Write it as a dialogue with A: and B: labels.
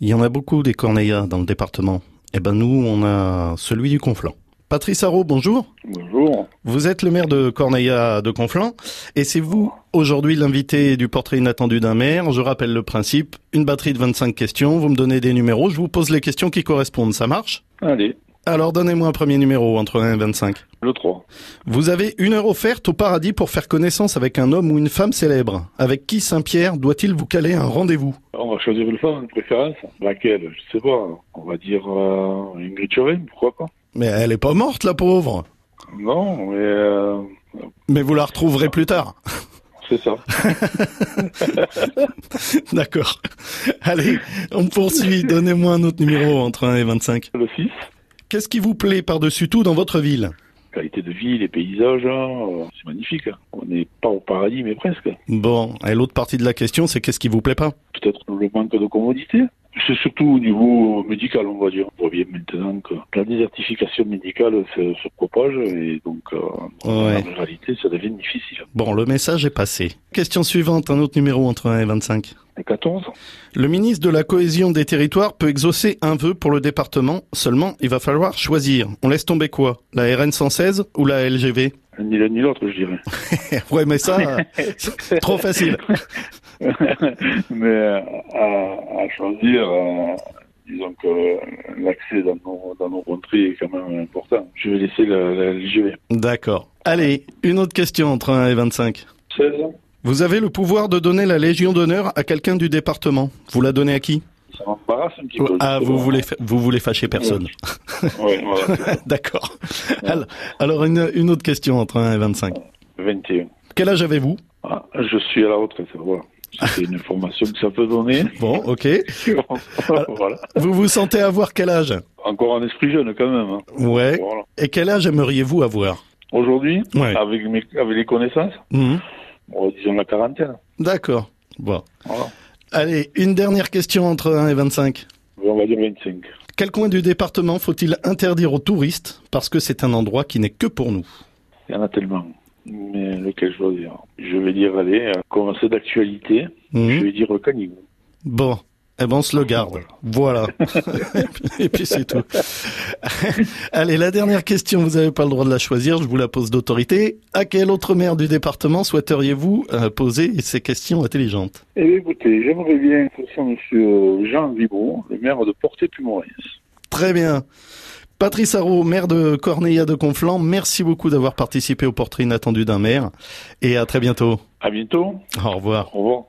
A: Il y en a beaucoup des corneillas dans le département. Eh ben nous, on a celui du Conflent. Patrice Sarraud, bonjour.
B: Bonjour.
A: Vous êtes le maire de Corneilla de Conflans et c'est vous aujourd'hui l'invité du portrait inattendu d'un maire. Je rappelle le principe, une batterie de 25 questions, vous me donnez des numéros, je vous pose les questions qui correspondent, ça marche
B: Allez,
A: Alors donnez-moi un premier numéro entre 1 et 25.
B: le 3.
A: Vous avez une heure offerte au paradis pour faire connaissance avec un homme ou une femme célèbre. Avec qui Saint-Pierre doit-il vous caler un rendez-vous
B: On va choisir une femme, une préférence. Laquelle Je sais pas. On va dire euh, Ingrid Chauvin, pourquoi pas
A: Mais elle est pas morte la pauvre
B: Non, mais euh,
A: mais vous la retrouverez plus tard.
B: c'est ça.
A: D'accord. Allez, on poursuit. Donnez-moi un autre numéro entre 1 et 25.
B: Le 6,
A: Qu'est-ce qui vous plaît par-dessus tout dans votre ville
B: qualité de vie, les paysages, hein, euh, c'est magnifique. hein. On n'est pas au paradis, mais presque.
A: Bon, et l'autre partie de la question, c'est qu'est-ce qui vous plaît pas
B: Peut-être le manque de commodité. C'est surtout au niveau médical, on va dire. On voit bien maintenant que la désertification médicale se, se propage et donc euh,
A: Ouais.
B: en réalité, ça devient difficile.
A: Bon, le message est passé. Question suivante, un autre numéro entre 1 et 25.
B: Le 14,
A: Le ministre de la Cohésion des Territoires peut exaucer un vœu pour le département, seulement il va falloir choisir. On laisse tomber quoi La RN 116 ou la LGV
B: ni l'un ni l'autre, je dirais.
A: Ouais, mais ça, euh, c'est trop facile.
B: Mais euh, à, à choisir, euh, disons que euh, l'accès dans nos, dans nos contrées est quand même important. Je vais laisser la, la LGV.
A: D'accord. Allez, une autre question entre 1 et 25.
B: 16,
A: Vous avez le pouvoir de donner la Légion d'honneur à quelqu'un du département. Vous la donnez à qui
B: ça m'embarrasse un petit peu.
A: Ah, vous voulez, fa- vous voulez fâcher personne.
B: Ouais, voilà, c'est ça.
A: D'accord. Alors, alors une, une autre question entre 1 et 25.
B: 21.
A: Quel âge avez-vous
B: Ah, je suis à la retraite, voilà. C'est une information que ça peut donner.
A: Bon, ok.
B: voilà.
A: Vous vous sentez avoir quel âge
B: Encore un esprit jeune quand même. hein.
A: Ouais.
B: Voilà.
A: Et quel âge aimeriez-vous avoir
B: Aujourd'hui,
A: Ouais.
B: avec, mes, avec les connaissances,
A: Mhm.
B: on va disons la quarantaine.
A: D'accord. Bon.
B: Voilà.
A: Allez, une dernière question entre 1 et 25.
B: On va dire 25.
A: Quel coin du département faut-il interdire aux touristes parce que c'est un endroit qui n'est que pour nous
B: Il y en a tellement. Mais lequel choisir Je vais dire, allez, euh, comme c'est d'actualité,
A: Mhm.
B: je vais dire Canigou.
A: Bon. Eh ben, on se le garde. Voilà. et puis c'est tout. Allez, la dernière question, vous n'avez pas le droit de la choisir, je vous la pose d'autorité. À quel autre maire du département souhaiteriez-vous euh, poser ces questions intelligentes
B: Eh bien, écoutez, j'aimerais bien que ce soit monsieur Jean Vibro, le maire de porté pumorens
A: Très bien. Patrice Arrault, maire de Corneilla de Conflans, merci beaucoup d'avoir participé au portrait inattendu d'un maire et à très bientôt.
B: À bientôt.
A: Au revoir.
B: Au revoir.